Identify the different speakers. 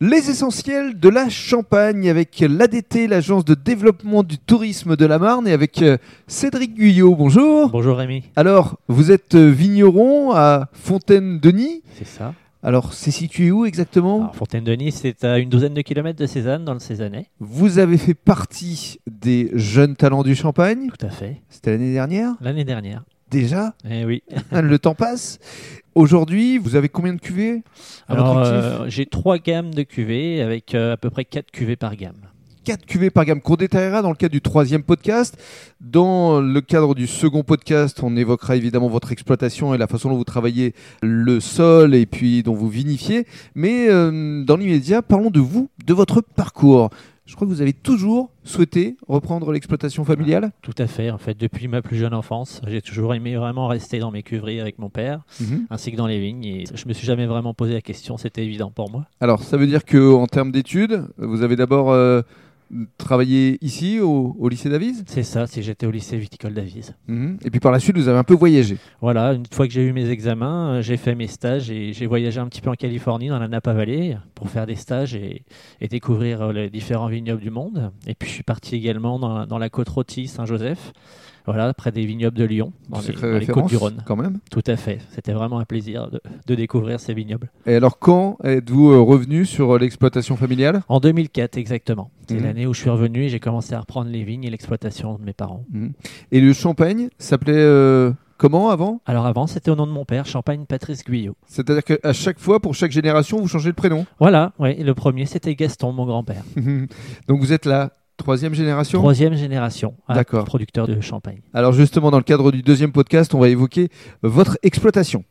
Speaker 1: Les essentiels de la Champagne avec l'ADT, l'agence de développement du tourisme de la Marne, et avec euh, Cédric Guyot. Bonjour.
Speaker 2: Bonjour Rémi,
Speaker 1: Alors, vous êtes euh, vigneron à Fontaine-Denis.
Speaker 2: c'est ça.
Speaker 1: Alors, c'est situé où exactement
Speaker 2: Alors, Fontaine-Denis, c'est à une douzaine de kilomètres de Cézanne, dans le Cézannais.
Speaker 1: Vous avez fait partie des jeunes talents du Champagne.
Speaker 2: Tout à fait.
Speaker 1: C'était l'année dernière
Speaker 2: L'année dernière.
Speaker 1: déjà.
Speaker 2: Eh oui.
Speaker 1: hein, le temps passe. Aujourd'hui, vous avez combien de cuvées à votre
Speaker 2: Alors,
Speaker 1: actif
Speaker 2: euh, j'ai trois gammes de cuvées avec euh, à peu près quatre cuvées par gamme.
Speaker 1: 4 cuvées par gamme qu'on détaillera dans le cadre du troisième podcast. Dans le cadre du second podcast, on évoquera évidemment votre exploitation et la façon dont vous travaillez le sol et puis dont vous vinifiez. Mais euh, dans l'immédiat, parlons de vous, de votre parcours. Je crois que vous avez toujours souhaité reprendre l'exploitation familiale.
Speaker 2: Tout à fait. En fait, depuis ma plus jeune enfance, j'ai toujours aimé vraiment rester dans mes cuveries avec mon père, ainsi que dans les vignes. Et je me suis jamais vraiment posé la question. C'était évident pour moi.
Speaker 1: Alors, ça veut dire que en termes d'études, vous avez d'abord euh, travaillé ici au, au lycée d'Avise,
Speaker 2: C'est ça. Si j'étais au lycée viticole d'Avise.
Speaker 1: Mhm. et puis par la suite, vous avez un peu voyagé.
Speaker 2: Voilà. Une fois que j'ai eu mes examens, euh, j'ai fait mes stages et j'ai voyagé un petit peu en Californie, dans la Napa Valley, pour faire des stages et, et découvrir euh, les différents vignobles du monde. Et puis je suis parti également dans, la- dans la côte rôtie Saint-Joseph. Voilà, près des vignobles de Lyon, dans les,
Speaker 1: Sacrée
Speaker 2: dans les côtes
Speaker 1: référence,
Speaker 2: du Rhône.
Speaker 1: quand même.
Speaker 2: Tout à fait. C'était vraiment un plaisir de- de découvrir ces vignobles.
Speaker 1: Et alors, quand êtes-vous euh, revenu sur euh, l'exploitation familiale
Speaker 2: En 2004 exactement. C'est
Speaker 1: Mhm.
Speaker 2: l'année où je suis revenu et j'ai commencé à reprendre les vignes et l'exploitation de mes parents.
Speaker 1: Et le champagne s'appelait euh, comment avant
Speaker 2: Alors avant, c'était au nom de mon père, Champagne Patrice Guyot.
Speaker 1: C'est-à-dire qu'à chaque fois, pour chaque génération, vous changez le prénom.
Speaker 2: Voilà, ouais, et le premier, c'était Gaston, mon grand-père.
Speaker 1: Donc vous êtes la troisième génération.
Speaker 2: Troisième génération, ah,
Speaker 1: D'accord.
Speaker 2: producteur de champagne.
Speaker 1: Alors justement, dans le cadre du deuxième podcast, on va évoquer votre exploitation.